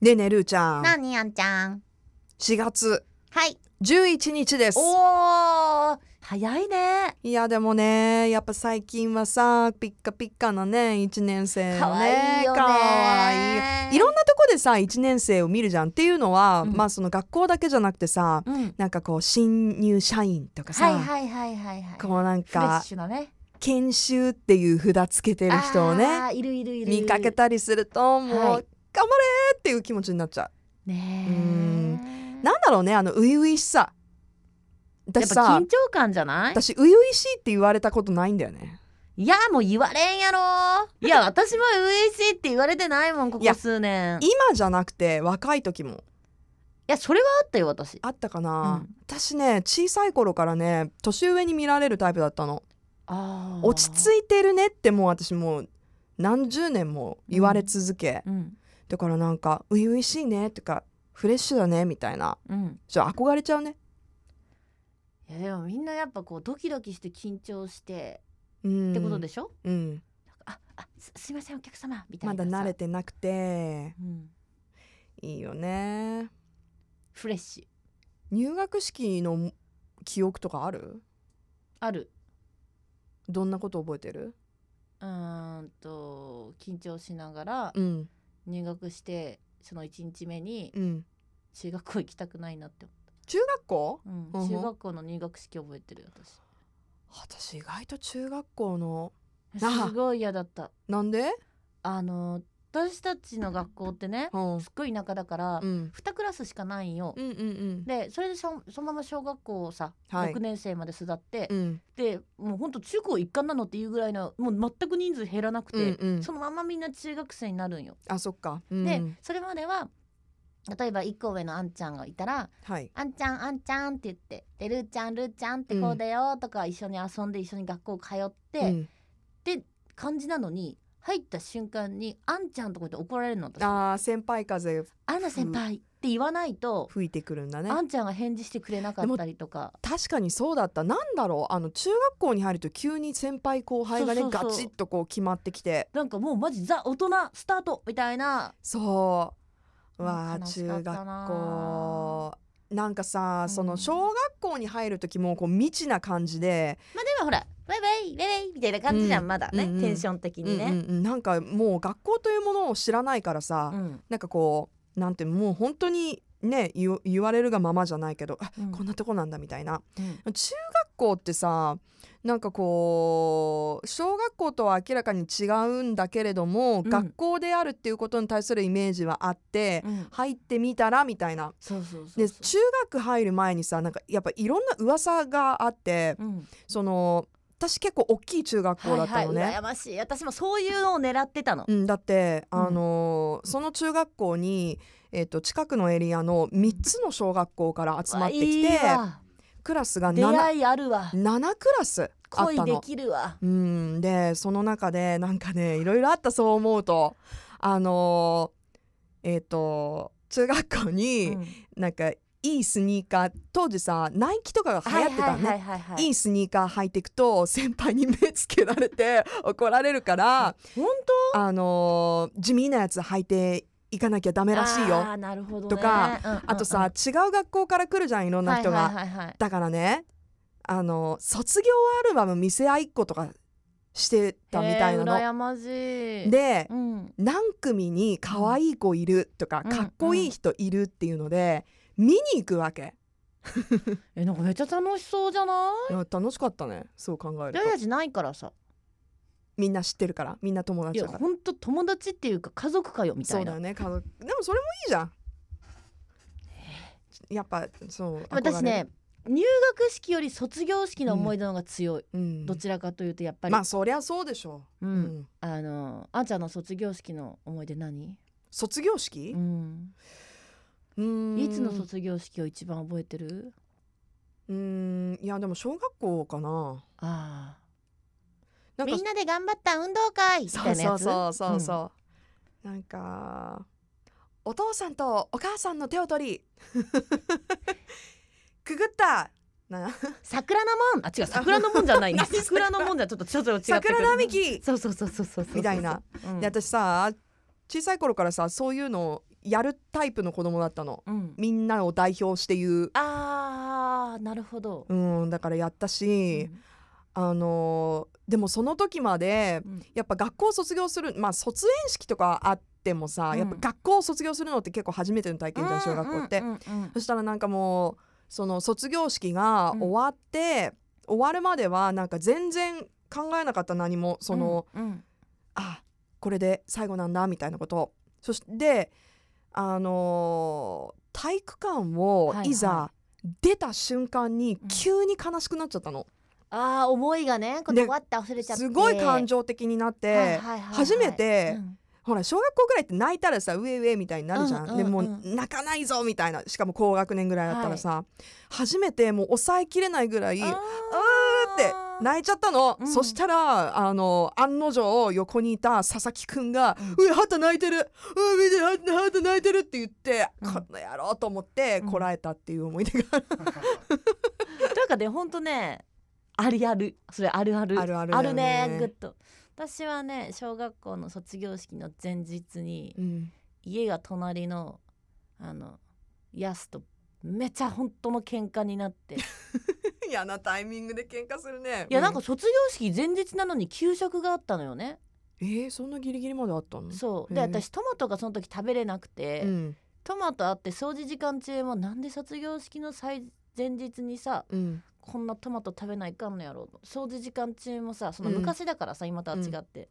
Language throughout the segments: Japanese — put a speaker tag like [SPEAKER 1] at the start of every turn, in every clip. [SPEAKER 1] ねえねえるーちゃん
[SPEAKER 2] なにあんちゃん。
[SPEAKER 1] 4月
[SPEAKER 2] はい。
[SPEAKER 1] 11日です
[SPEAKER 2] おお、早いね。
[SPEAKER 1] いやでもねやっぱ最近はさピッカピッカのね1年生
[SPEAKER 2] か
[SPEAKER 1] の
[SPEAKER 2] わい
[SPEAKER 1] ね
[SPEAKER 2] いよね。
[SPEAKER 1] かわいいいろんなとこでさ1年生を見るじゃんっていうのは、
[SPEAKER 2] うん
[SPEAKER 1] まあその学校だけじゃなくてさ
[SPEAKER 2] うん。
[SPEAKER 1] なんかこう新入社員とかさ、
[SPEAKER 2] はいはいはいはいはい。
[SPEAKER 1] こうなん
[SPEAKER 2] フレッ
[SPEAKER 1] か
[SPEAKER 2] シュなね。
[SPEAKER 1] 研修っていう札つけてる人をね
[SPEAKER 2] あー。いるいるいるいる。
[SPEAKER 1] 見かけ。たりするともう、
[SPEAKER 2] はい
[SPEAKER 1] 頑張れーっていう気持ちになっちゃう
[SPEAKER 2] ね
[SPEAKER 1] う
[SPEAKER 2] え。
[SPEAKER 1] なんだろうねあの初々しさ
[SPEAKER 2] や
[SPEAKER 1] 私
[SPEAKER 2] っぱ
[SPEAKER 1] さ
[SPEAKER 2] 緊張感じゃない
[SPEAKER 1] 私初々しいって言われたことないんだよね
[SPEAKER 2] いやもう言われん やろいや私も嬉しいって言われてないもんこ
[SPEAKER 1] い
[SPEAKER 2] こ
[SPEAKER 1] や
[SPEAKER 2] 数年いや
[SPEAKER 1] 今じゃなくて若い時も
[SPEAKER 2] それはあったよ私
[SPEAKER 1] あったかな、
[SPEAKER 2] うん
[SPEAKER 1] 私ね小さい頃からね年上に見られるタイプだったの
[SPEAKER 2] あー
[SPEAKER 1] 落ち着いてるねってもう私もう何十年も言われ続け、
[SPEAKER 2] うん
[SPEAKER 1] だからなんか初々しいねとかフレッシュだねみたいな
[SPEAKER 2] うん
[SPEAKER 1] ちょっと憧れちゃうね
[SPEAKER 2] いやでもみんなやっぱこうドキドキして緊張して
[SPEAKER 1] うん
[SPEAKER 2] ってことでしょ
[SPEAKER 1] うん
[SPEAKER 2] ああすすいませんお客様みたい
[SPEAKER 1] ま
[SPEAKER 2] な
[SPEAKER 1] だ
[SPEAKER 2] さ
[SPEAKER 1] 慣れてなくて
[SPEAKER 2] うん
[SPEAKER 1] いいよね
[SPEAKER 2] フレッシュ
[SPEAKER 1] 入学式の記憶とかある
[SPEAKER 2] ある
[SPEAKER 1] どんなこと覚えてる
[SPEAKER 2] うーんと緊張しながら
[SPEAKER 1] うん
[SPEAKER 2] 入学してその1日目に
[SPEAKER 1] うん
[SPEAKER 2] 中学校行きたくないなって
[SPEAKER 1] 中学校
[SPEAKER 2] 思った、
[SPEAKER 1] ううん
[SPEAKER 2] うんん、中学校の入学式覚えてる
[SPEAKER 1] 私
[SPEAKER 2] 私
[SPEAKER 1] 意外と中学校のあ
[SPEAKER 2] すごい嫌だった
[SPEAKER 1] なんで
[SPEAKER 2] あの私たちの学校ってね
[SPEAKER 1] うんうん
[SPEAKER 2] すっごい田舎だから
[SPEAKER 1] うん
[SPEAKER 2] 2クラスしかないんよ
[SPEAKER 1] うんうん
[SPEAKER 2] でそれでしょそのまま小学校をさ、
[SPEAKER 1] はい
[SPEAKER 2] 6年生まで育って、
[SPEAKER 1] うん
[SPEAKER 2] でもうほんと中高一貫なのっていうぐらいのもう全く人数減らなく
[SPEAKER 1] うん
[SPEAKER 2] て、
[SPEAKER 1] うん
[SPEAKER 2] そのままみんな中学生になるんよ。
[SPEAKER 1] あそっかうん
[SPEAKER 2] でそれまでは例えば1個上のあんちゃんがいたら
[SPEAKER 1] はい
[SPEAKER 2] 「あんちゃんあんちゃん」って言って「でるーちゃんるーちゃんってこうだよ」とか一緒に遊んで一緒に学校通って、
[SPEAKER 1] うん
[SPEAKER 2] 感じなのに入った瞬間に「あんちゃん」とか言って怒られるの私「あ
[SPEAKER 1] あー先輩風
[SPEAKER 2] んな先輩」って言わないと、
[SPEAKER 1] 吹いてくるんだね
[SPEAKER 2] あんちゃんが返事してくれなかったりとか。
[SPEAKER 1] 確かにそうだったなんだろうあの中学校に入ると急に先輩後輩がね
[SPEAKER 2] そうそうそう
[SPEAKER 1] ガチッとこう決まってきて
[SPEAKER 2] なんかもうマジザ大人スタートみたいな
[SPEAKER 1] そう
[SPEAKER 2] うん
[SPEAKER 1] わあ
[SPEAKER 2] 悲し
[SPEAKER 1] 中
[SPEAKER 2] かっ
[SPEAKER 1] 学
[SPEAKER 2] たな
[SPEAKER 1] 校なんかさ、
[SPEAKER 2] うん
[SPEAKER 1] その小学校に入る時もこう未知な感じで、
[SPEAKER 2] まあでもほら「バイバイバイバイ」みたいな感じじゃん、
[SPEAKER 1] うん
[SPEAKER 2] まだね、
[SPEAKER 1] うんうん
[SPEAKER 2] テンション的に
[SPEAKER 1] うん
[SPEAKER 2] ね。
[SPEAKER 1] うんうん、なんかもう学校というものを知らないからさ、
[SPEAKER 2] うん
[SPEAKER 1] なんかこうなんてもう本当にね言う言われるがままじゃないけどあ
[SPEAKER 2] うん
[SPEAKER 1] こんなとこなんだみたいな
[SPEAKER 2] うん
[SPEAKER 1] 中学校ってさなんかこう小学校とは明らかに違うんだけれども、
[SPEAKER 2] ん
[SPEAKER 1] 学校であるっていうことに対するイメージはあって、
[SPEAKER 2] うん
[SPEAKER 1] 入ってみたらみたいな。
[SPEAKER 2] そうそうそう
[SPEAKER 1] で
[SPEAKER 2] そう。
[SPEAKER 1] 中学入る前にさなんかやっぱいろんな噂があって、
[SPEAKER 2] うん
[SPEAKER 1] その私結構大きい中学校だったのね。
[SPEAKER 2] はいはい、羨ましい私もそういうのを狙ってたの
[SPEAKER 1] う。ん、だって、
[SPEAKER 2] うん
[SPEAKER 1] あのーその中学校に、えっと近くのエリアの3つの小学校から集まってきて
[SPEAKER 2] わいいわ
[SPEAKER 1] クラスが
[SPEAKER 2] 出
[SPEAKER 1] 7,
[SPEAKER 2] 会いあるわ
[SPEAKER 1] 7クラスあっ
[SPEAKER 2] 恋
[SPEAKER 1] た
[SPEAKER 2] で
[SPEAKER 1] の。
[SPEAKER 2] きるわ。
[SPEAKER 1] うん、でその中でなんかねいろいろあったそう思うとあのーえっ、と中学校に、
[SPEAKER 2] うん
[SPEAKER 1] なんかいいスニーカー当時さナイキとかが流行ってたのね。
[SPEAKER 2] はいいはいはいはい
[SPEAKER 1] い
[SPEAKER 2] い。
[SPEAKER 1] スニーカー履いてくと先輩に目つけられて怒られるから
[SPEAKER 2] 本
[SPEAKER 1] あのー地味なやつ履いていかなきゃダ
[SPEAKER 2] 当
[SPEAKER 1] メらしいよ
[SPEAKER 2] あーなるほど、ね、
[SPEAKER 1] とか
[SPEAKER 2] うんうんうん、
[SPEAKER 1] あとさ、違う学校から来るじゃんいろんな人が、
[SPEAKER 2] はいはいはいはい
[SPEAKER 1] だからねあの卒業アルバム見せ合いっことかしてたみたいな
[SPEAKER 2] へー
[SPEAKER 1] の
[SPEAKER 2] 羨ましい。、
[SPEAKER 1] で
[SPEAKER 2] うん、
[SPEAKER 1] 何組に可愛い子いるとか、
[SPEAKER 2] うん
[SPEAKER 1] かっこいい人いるっていうので見に行くわけ、
[SPEAKER 2] えなんかめっちゃ楽しそうじゃない？
[SPEAKER 1] いや楽しかったねそう考える
[SPEAKER 2] 大
[SPEAKER 1] と
[SPEAKER 2] 味ないからさ。
[SPEAKER 1] みんな知ってるからみんな友
[SPEAKER 2] い
[SPEAKER 1] 達
[SPEAKER 2] や
[SPEAKER 1] だから
[SPEAKER 2] 本当友達っていうか家族かよみた
[SPEAKER 1] そ
[SPEAKER 2] いう
[SPEAKER 1] だ
[SPEAKER 2] な。
[SPEAKER 1] よね家族でもそれもいいじゃんやっぱそう
[SPEAKER 2] 私
[SPEAKER 1] 憧れる
[SPEAKER 2] ね入学式より卒業式の思い出の方が強い。
[SPEAKER 1] うん
[SPEAKER 2] どちらかというとやっぱり、
[SPEAKER 1] まあそりゃそうでしょ
[SPEAKER 2] う
[SPEAKER 1] う、
[SPEAKER 2] ん
[SPEAKER 1] うん
[SPEAKER 2] あのあんちゃんの卒業式の思い出何？
[SPEAKER 1] 卒業式
[SPEAKER 2] う、ん、
[SPEAKER 1] うーん、
[SPEAKER 2] いつの卒業式を一番覚えてる？
[SPEAKER 1] うーんいやでも小学校かな
[SPEAKER 2] あ
[SPEAKER 1] な
[SPEAKER 2] あ
[SPEAKER 1] んか
[SPEAKER 2] みんなで頑張った運動会みたいな
[SPEAKER 1] そ
[SPEAKER 2] や
[SPEAKER 1] う
[SPEAKER 2] つ。
[SPEAKER 1] そうそうそうそう、なんかお父さんとお母さんの手を取 りくぐったな
[SPEAKER 2] 桜のもんあ違う桜のもんじゃないね
[SPEAKER 1] 何
[SPEAKER 2] 桜のもんじゃちょっとちょっと違ってくる
[SPEAKER 1] 桜並木
[SPEAKER 2] そうそうそうそうそうそうそう
[SPEAKER 1] みたいな、
[SPEAKER 2] うん
[SPEAKER 1] で私さ小さい頃からさそういうのやるタイプの子供だったの
[SPEAKER 2] うん、
[SPEAKER 1] みんなを代表して言う、
[SPEAKER 2] あーなるほど、
[SPEAKER 1] うん、だからやったし、あのーでもその時まで
[SPEAKER 2] うん
[SPEAKER 1] やっぱ学校卒業するまあ卒園式とかあってもさ、
[SPEAKER 2] うん
[SPEAKER 1] やっぱ学校を卒業するのって結構初めての体験じゃん小学校って、
[SPEAKER 2] うんうんうんうん
[SPEAKER 1] そしたらなんかもうその卒業式が終わって、終わるまではなんか全然考えなかった何もその、
[SPEAKER 2] うん
[SPEAKER 1] あこれで最後なんだみたいなことそしてあのー体育館を
[SPEAKER 2] はいはい
[SPEAKER 1] いざ出た瞬間に
[SPEAKER 2] うん
[SPEAKER 1] 急に悲しくなっちゃったの、
[SPEAKER 2] ああ思いがねこう
[SPEAKER 1] で
[SPEAKER 2] わって溢れちゃって
[SPEAKER 1] すごい感情的になって、
[SPEAKER 2] はいはいはいはい
[SPEAKER 1] 初めて
[SPEAKER 2] うん
[SPEAKER 1] ほら小学校ぐらいって泣いたらさうえうえみたいになるじゃん、
[SPEAKER 2] うんうん
[SPEAKER 1] で
[SPEAKER 2] うん
[SPEAKER 1] もう泣かないぞみたいなしかも高学年ぐらいだったらさ、初めてもう抑えきれないぐらい
[SPEAKER 2] あー
[SPEAKER 1] うーって泣いちゃったの、
[SPEAKER 2] うん
[SPEAKER 1] そしたらあの案の定横にいた佐々木くんが「うえハタ泣いてるうえ見てハタハタ泣いてる」って言って、
[SPEAKER 2] うん
[SPEAKER 1] この野郎と思って
[SPEAKER 2] うん
[SPEAKER 1] こらえたっていう思い出がある、
[SPEAKER 2] なんかねほんとねあるあるそれあるある
[SPEAKER 1] あるあるだ
[SPEAKER 2] あ
[SPEAKER 1] よ
[SPEAKER 2] る
[SPEAKER 1] ね
[SPEAKER 2] ねグッと私はね小学校の卒業式の前日に
[SPEAKER 1] うん
[SPEAKER 2] 家が隣のあのヤスとめちゃ本当の喧嘩になって い
[SPEAKER 1] 嫌なタイミングで喧嘩するね
[SPEAKER 2] やなんか
[SPEAKER 1] う
[SPEAKER 2] 卒業式前日なのに給食があったのよね、
[SPEAKER 1] えー、そんなギリギリまであったの
[SPEAKER 2] そう
[SPEAKER 1] へ
[SPEAKER 2] で
[SPEAKER 1] え
[SPEAKER 2] 私トマトがその時食べれなくて、
[SPEAKER 1] うん
[SPEAKER 2] トマトあって掃除時間中もなんで卒業式の最前日にさ
[SPEAKER 1] うん
[SPEAKER 2] こんなトマト食べないかんのやろう掃除時間中もさその
[SPEAKER 1] うん
[SPEAKER 2] 昔だからさ、今とは違って、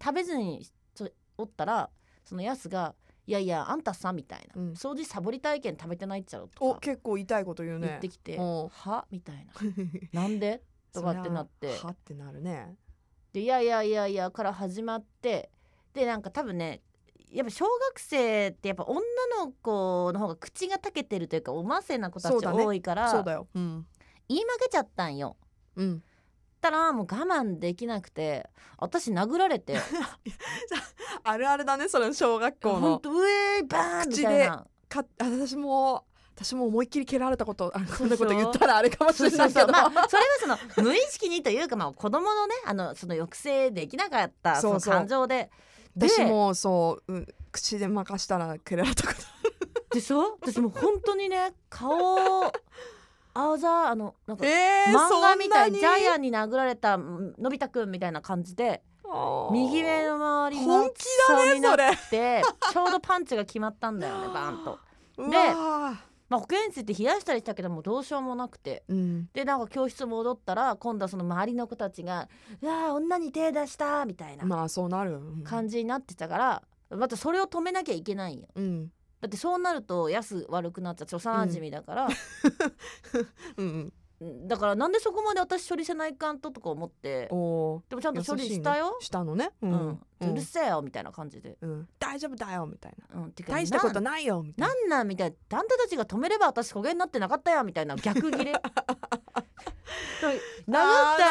[SPEAKER 2] 食べずにそおったらそのやすが「いやいやあんたさ」みたいな、
[SPEAKER 1] うん
[SPEAKER 2] 掃除サボり体験食べてないっちゃろ」と
[SPEAKER 1] お
[SPEAKER 2] か
[SPEAKER 1] 結構痛いこと言う
[SPEAKER 2] 言っ
[SPEAKER 1] ね
[SPEAKER 2] てきて「
[SPEAKER 1] うん
[SPEAKER 2] は?」みたいな「な んで?」とかってなって
[SPEAKER 1] はってなるね
[SPEAKER 2] で「いやいやいやいや」から始まってでなんか多分ねやっぱ小学生ってやっぱ女の子の方が口がたけてるというかおませな子た
[SPEAKER 1] そう
[SPEAKER 2] ち
[SPEAKER 1] だね
[SPEAKER 2] 多いから、
[SPEAKER 1] そうだようん
[SPEAKER 2] 言い負けちゃったんよ。
[SPEAKER 1] うん
[SPEAKER 2] ったらもう我慢できなくて私殴られて
[SPEAKER 1] あるあるだねそれ小学校
[SPEAKER 2] ほん
[SPEAKER 1] の
[SPEAKER 2] とうえーバーンみたいな
[SPEAKER 1] かあ私も私も思いっきり蹴られたことあこんな
[SPEAKER 2] でしょ
[SPEAKER 1] こと言ったらあれかもし
[SPEAKER 2] そう
[SPEAKER 1] れな
[SPEAKER 2] そ
[SPEAKER 1] いけ
[SPEAKER 2] うそう
[SPEAKER 1] ど
[SPEAKER 2] まあそれはその無意識にというかまあ子供のねあのその抑制できなかったそ
[SPEAKER 1] そ
[SPEAKER 2] の
[SPEAKER 1] うそう
[SPEAKER 2] 感情でで
[SPEAKER 1] 私もそう、うん、口でまかしたら蹴られたこと
[SPEAKER 2] でしょ私もう本当にね顔あざあのなんか
[SPEAKER 1] え
[SPEAKER 2] 漫画みたいジャイア
[SPEAKER 1] ン
[SPEAKER 2] ンに殴られたうんのび太くんみたいな感じで右目の周り
[SPEAKER 1] 本気だね
[SPEAKER 2] 真っ
[SPEAKER 1] それ
[SPEAKER 2] 青になってちょうどパンチが決まったんだよねバーンと。
[SPEAKER 1] うわ
[SPEAKER 2] まあ、保健室行って冷やしたりしたけどもうどうしようもなくて
[SPEAKER 1] ーうん
[SPEAKER 2] でなんか教室戻ったら今度はその周りの子たちが「うわー女に手出した」みたいな
[SPEAKER 1] まあそうなるうん
[SPEAKER 2] 感じになってたから、またそれを止めなきゃいけないんよ。
[SPEAKER 1] うん
[SPEAKER 2] だってそうなると安悪くなっちゃって幼馴染だから、
[SPEAKER 1] うん
[SPEAKER 2] だからなんでそこまで私処理せないかんととか思って
[SPEAKER 1] おお
[SPEAKER 2] でもちゃんと
[SPEAKER 1] 優
[SPEAKER 2] 処理
[SPEAKER 1] しい
[SPEAKER 2] したよ
[SPEAKER 1] ね、、したのねう
[SPEAKER 2] うんんうるせえよみたいな感じで、
[SPEAKER 1] うん大丈夫だよみたいな
[SPEAKER 2] うん、てか
[SPEAKER 1] 大したこと
[SPEAKER 2] な
[SPEAKER 1] ないよみたいな
[SPEAKER 2] なんなんみたいなあんたたちが止めれば私焦げになってなかったやみたいな逆 ギレ 殴
[SPEAKER 1] あーなん
[SPEAKER 2] った
[SPEAKER 1] か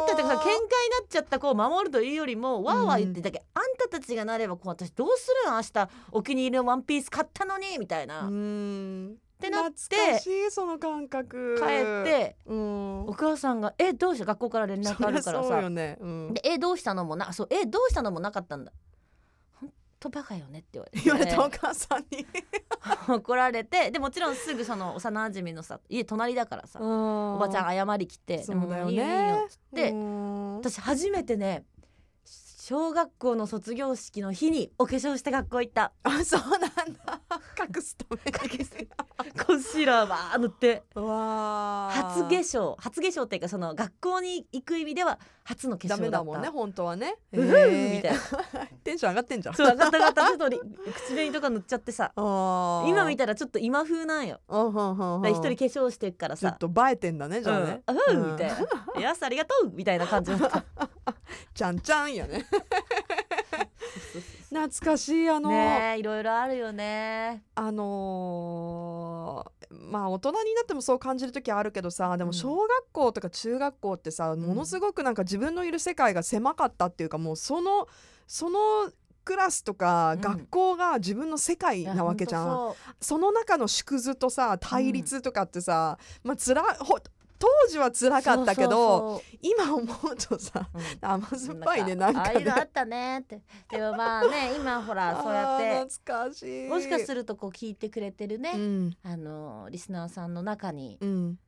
[SPEAKER 2] 殴ったとかさ喧嘩になっちゃった子を守るというよりもわーわー言ってだけ、あんたたちがなればこう私どうするん明日お気に入りのワンピース買ったのにみたいな、
[SPEAKER 1] う
[SPEAKER 2] っ
[SPEAKER 1] ん
[SPEAKER 2] てなっ
[SPEAKER 1] 懐か
[SPEAKER 2] て
[SPEAKER 1] しいその感覚
[SPEAKER 2] 帰って
[SPEAKER 1] うん
[SPEAKER 2] お母さんが「えどうした学校から連絡あるか
[SPEAKER 1] そ
[SPEAKER 2] ら
[SPEAKER 1] りゃそう
[SPEAKER 2] さ
[SPEAKER 1] よ」ね、うん
[SPEAKER 2] で、えどうしたのもなそうえどうしたのもなかったんだほんとバカよねって言われて
[SPEAKER 1] 言われたお母さんに、
[SPEAKER 2] 怒られてでもちろんすぐその幼馴染のさ家隣だからさ、
[SPEAKER 1] お
[SPEAKER 2] おばちゃ
[SPEAKER 1] ん
[SPEAKER 2] ん謝りきて
[SPEAKER 1] そ
[SPEAKER 2] でも
[SPEAKER 1] うだよね
[SPEAKER 2] いいよいいよっつって、
[SPEAKER 1] うん
[SPEAKER 2] 私初めてね小学校の卒業式の日にお化粧して学校行った
[SPEAKER 1] あそうなんだ隠すために
[SPEAKER 2] コンシーラーバー塗って
[SPEAKER 1] うわー
[SPEAKER 2] 初化粧初化粧っていうかその学校に行く意味では初の化粧
[SPEAKER 1] ダ
[SPEAKER 2] だった
[SPEAKER 1] メだもんね本当はね
[SPEAKER 2] うふ
[SPEAKER 1] へ
[SPEAKER 2] う
[SPEAKER 1] ー
[SPEAKER 2] みたいな
[SPEAKER 1] テンション上がってんじゃん
[SPEAKER 2] そう上がった上がったちょっとり 口紅とか塗っちゃってさ
[SPEAKER 1] あー
[SPEAKER 2] 今見たらちょっと今風なんよ
[SPEAKER 1] うんうんうんうん
[SPEAKER 2] だから一人化粧してるから
[SPEAKER 1] ちょ
[SPEAKER 2] さ
[SPEAKER 1] っと映えてんだねじゃあね、
[SPEAKER 2] うん、あうん みたいな「やすありがとう」みたいな感じ だった
[SPEAKER 1] ちゃんちゃんやね懐かしいあの、
[SPEAKER 2] ねえいろいろあるよね
[SPEAKER 1] あのーまあ大人になってもそう感じる時あるけどさで
[SPEAKER 2] う
[SPEAKER 1] も
[SPEAKER 2] ん
[SPEAKER 1] 小学校とか中学校ってさ、ものすごくなんか自分のいる世界が狭かったっていうかもうそのそのクラスとか
[SPEAKER 2] うん
[SPEAKER 1] 学校が自分の世界なわけじゃん、
[SPEAKER 2] いやほとそう
[SPEAKER 1] その中の縮図とさ対立とかってさ、まあつらほ当時は辛かったけど
[SPEAKER 2] そう
[SPEAKER 1] 今思うとさ
[SPEAKER 2] そうそううん
[SPEAKER 1] 甘酸っぱいねなん
[SPEAKER 2] あ
[SPEAKER 1] か
[SPEAKER 2] あ
[SPEAKER 1] ね
[SPEAKER 2] いうのあったねってでもまあ ね今ほらそうや
[SPEAKER 1] あ
[SPEAKER 2] っ
[SPEAKER 1] ー懐かしてい
[SPEAKER 2] もしかす
[SPEAKER 1] る
[SPEAKER 2] るとこう聞いてくれてるね、
[SPEAKER 1] うん
[SPEAKER 2] あのリスナーさんの中に、
[SPEAKER 1] うん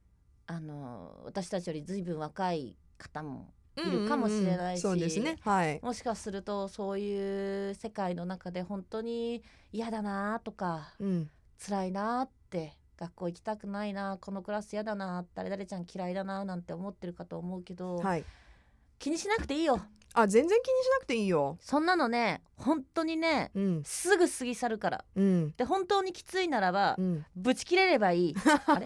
[SPEAKER 2] あの私たちより随分若い方も
[SPEAKER 1] うん
[SPEAKER 2] いるかもしれ
[SPEAKER 1] うん
[SPEAKER 2] な
[SPEAKER 1] う
[SPEAKER 2] い
[SPEAKER 1] ん
[SPEAKER 2] し
[SPEAKER 1] そうですねはい
[SPEAKER 2] もしかするとそういう世界の中で本当に嫌だなとか
[SPEAKER 1] うん
[SPEAKER 2] 辛いなって学校行きたくないなこのクラス嫌だな誰々ちゃん嫌いだななんて思ってるかと思うけど、
[SPEAKER 1] はい
[SPEAKER 2] 気にしなくていいよ
[SPEAKER 1] あ全然気にしなくていいよ
[SPEAKER 2] そんなのね本当にね
[SPEAKER 1] うん
[SPEAKER 2] すぐ過ぎ去るから
[SPEAKER 1] うん
[SPEAKER 2] で本当にきついならば、
[SPEAKER 1] うん
[SPEAKER 2] ぶち切れれ ばいいあれ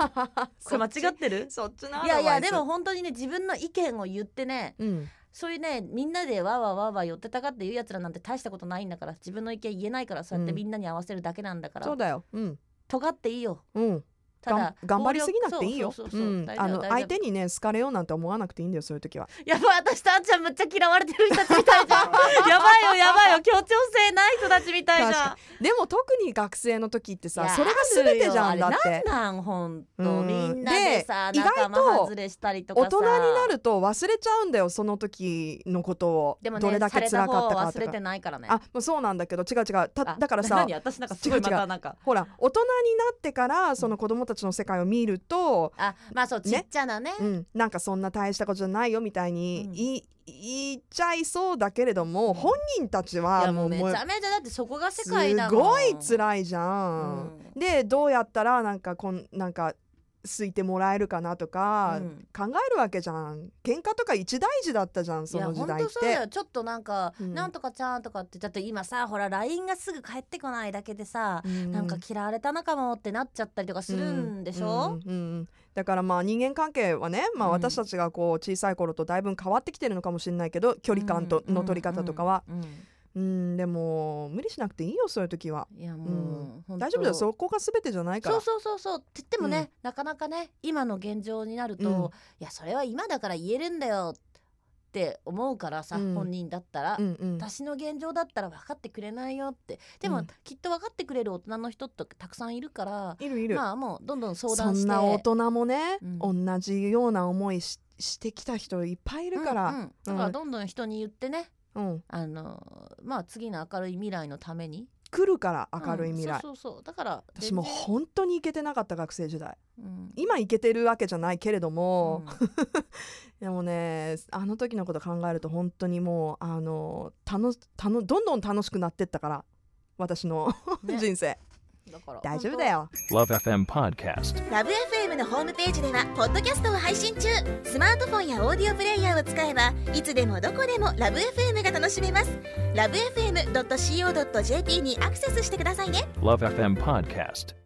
[SPEAKER 2] これ間違ってる
[SPEAKER 1] そっちのア
[SPEAKER 2] い
[SPEAKER 1] ドバ
[SPEAKER 2] や
[SPEAKER 1] イス
[SPEAKER 2] いやでも本当にね自分の意見を言ってね
[SPEAKER 1] うん
[SPEAKER 2] そういうねみんなでわーわーわーわー寄ってたかっていうやつらなんて大したことないんだから自分の意見言えないからそうやって
[SPEAKER 1] うん
[SPEAKER 2] みんなに合わせるだけなんだから、
[SPEAKER 1] そうだようん
[SPEAKER 2] 尖っていいよ
[SPEAKER 1] うん
[SPEAKER 2] ただ
[SPEAKER 1] がん頑張りすぎなくていいよ
[SPEAKER 2] そうそう
[SPEAKER 1] う
[SPEAKER 2] そうそうん大丈夫
[SPEAKER 1] あの
[SPEAKER 2] 大丈夫
[SPEAKER 1] 相手にね好かれようなんて思わなくていいんだよそういう時は
[SPEAKER 2] やばい私とあんちゃんむっちゃ嫌われてる人たち みたいじゃんやばいよやばいよ協調性ない人たちみたいじゃん
[SPEAKER 1] でも特に学生の時って
[SPEAKER 2] い
[SPEAKER 1] さ
[SPEAKER 2] や
[SPEAKER 1] それが全てじゃんだっ
[SPEAKER 2] あるよあ
[SPEAKER 1] て
[SPEAKER 2] れなんなんほんと
[SPEAKER 1] うん
[SPEAKER 2] みんなでさ
[SPEAKER 1] で
[SPEAKER 2] 仲間
[SPEAKER 1] 意外と
[SPEAKER 2] 外れしたりとか
[SPEAKER 1] 大
[SPEAKER 2] さ
[SPEAKER 1] 人になると忘れちゃうんだよその時のことを
[SPEAKER 2] でもね
[SPEAKER 1] どれだけ辛かった
[SPEAKER 2] された方
[SPEAKER 1] か
[SPEAKER 2] は忘
[SPEAKER 1] と
[SPEAKER 2] れ
[SPEAKER 1] か
[SPEAKER 2] てないからね
[SPEAKER 1] あもうそうなんだけど違う違うた
[SPEAKER 2] あ
[SPEAKER 1] だからさ
[SPEAKER 2] 何私なんかすごいまたなんか
[SPEAKER 1] ほら大人になってからその子供たちの世界を見ると、
[SPEAKER 2] あまあそうち
[SPEAKER 1] ね
[SPEAKER 2] っちゃなね
[SPEAKER 1] うん、なんかそんな大したことじゃないよみたいに
[SPEAKER 2] うん
[SPEAKER 1] 言い,、言っちゃいそうだけれども、
[SPEAKER 2] うん
[SPEAKER 1] 本人たち
[SPEAKER 2] い
[SPEAKER 1] は
[SPEAKER 2] や
[SPEAKER 1] も
[SPEAKER 2] もう
[SPEAKER 1] う
[SPEAKER 2] め
[SPEAKER 1] もう
[SPEAKER 2] ちゃめちゃだってそこが世
[SPEAKER 1] す
[SPEAKER 2] 界だもん
[SPEAKER 1] ごい
[SPEAKER 2] い、
[SPEAKER 1] 辛いじゃん。でどうやったらなんかこんなんかすいてもらえるかなとか、
[SPEAKER 2] うん
[SPEAKER 1] 考えるわけじゃん喧嘩とか一大事だったじゃん
[SPEAKER 2] い
[SPEAKER 1] そ
[SPEAKER 2] や
[SPEAKER 1] の時
[SPEAKER 2] 本
[SPEAKER 1] 代っ
[SPEAKER 2] 当そうだ
[SPEAKER 1] て。
[SPEAKER 2] よちょっとなんか、
[SPEAKER 1] うん
[SPEAKER 2] なんとかちゃんとかってだって今さほら LINE がすぐ返ってこないだけでさ、なんか嫌われたのかもってなっちゃったりとかするんでしょ、
[SPEAKER 1] うんうんうんだからまあ人間関係はね、まあ、
[SPEAKER 2] うん
[SPEAKER 1] 私たちがこう小さい頃とだいぶ変わってきてるのかもしれないけど距離感と
[SPEAKER 2] うん
[SPEAKER 1] の取り方とかは、
[SPEAKER 2] うんうん
[SPEAKER 1] うんでも無理しなくていいよそういう時は
[SPEAKER 2] うんいやもう、本当
[SPEAKER 1] 大丈夫だよそこが全てじゃないから
[SPEAKER 2] そうそうそうそうって言ってもね、
[SPEAKER 1] うん
[SPEAKER 2] なかなかね今の現状になると、
[SPEAKER 1] うん
[SPEAKER 2] いやそれは今だから言えるんだよって思うからさ、
[SPEAKER 1] うん
[SPEAKER 2] 本人だったら、
[SPEAKER 1] うんうん
[SPEAKER 2] 私の現状だったら分かってくれないよってでも、
[SPEAKER 1] うん
[SPEAKER 2] きっと分かってくれる大人の人ってたくさんいるから
[SPEAKER 1] いるいる、
[SPEAKER 2] まあもうどんどん
[SPEAKER 1] そ
[SPEAKER 2] 相談して
[SPEAKER 1] んな大人もね、
[SPEAKER 2] う
[SPEAKER 1] 同じような思いししてきた人いっぱいいるから、
[SPEAKER 2] うんうんだからどんどん人に言ってね、
[SPEAKER 1] うん、
[SPEAKER 2] あのまあ次の明るい未来のために
[SPEAKER 1] 来るから明るい未来、
[SPEAKER 2] うんそうそうそうだから
[SPEAKER 1] 私もう
[SPEAKER 2] 全然
[SPEAKER 1] 本当にいけてなかった学生時代
[SPEAKER 2] うん
[SPEAKER 1] 今いけてるわけじゃないけれども、
[SPEAKER 2] うん
[SPEAKER 1] でもねあの時のこと考えると本当にもうあの楽楽どんどん楽しくなってったから私の
[SPEAKER 2] ね
[SPEAKER 1] 人生、
[SPEAKER 2] だから
[SPEAKER 1] 大丈夫だよ
[SPEAKER 3] Love FM Podcast.
[SPEAKER 4] ラブ f m のホームページではポッドキャストを配信中スマートフォンやオーディオプレイヤーを使えばいつでもどこでもラブ f m が楽しめますラブ FM.co.jp にアクセスしてくださいね
[SPEAKER 3] Love FM Podcast.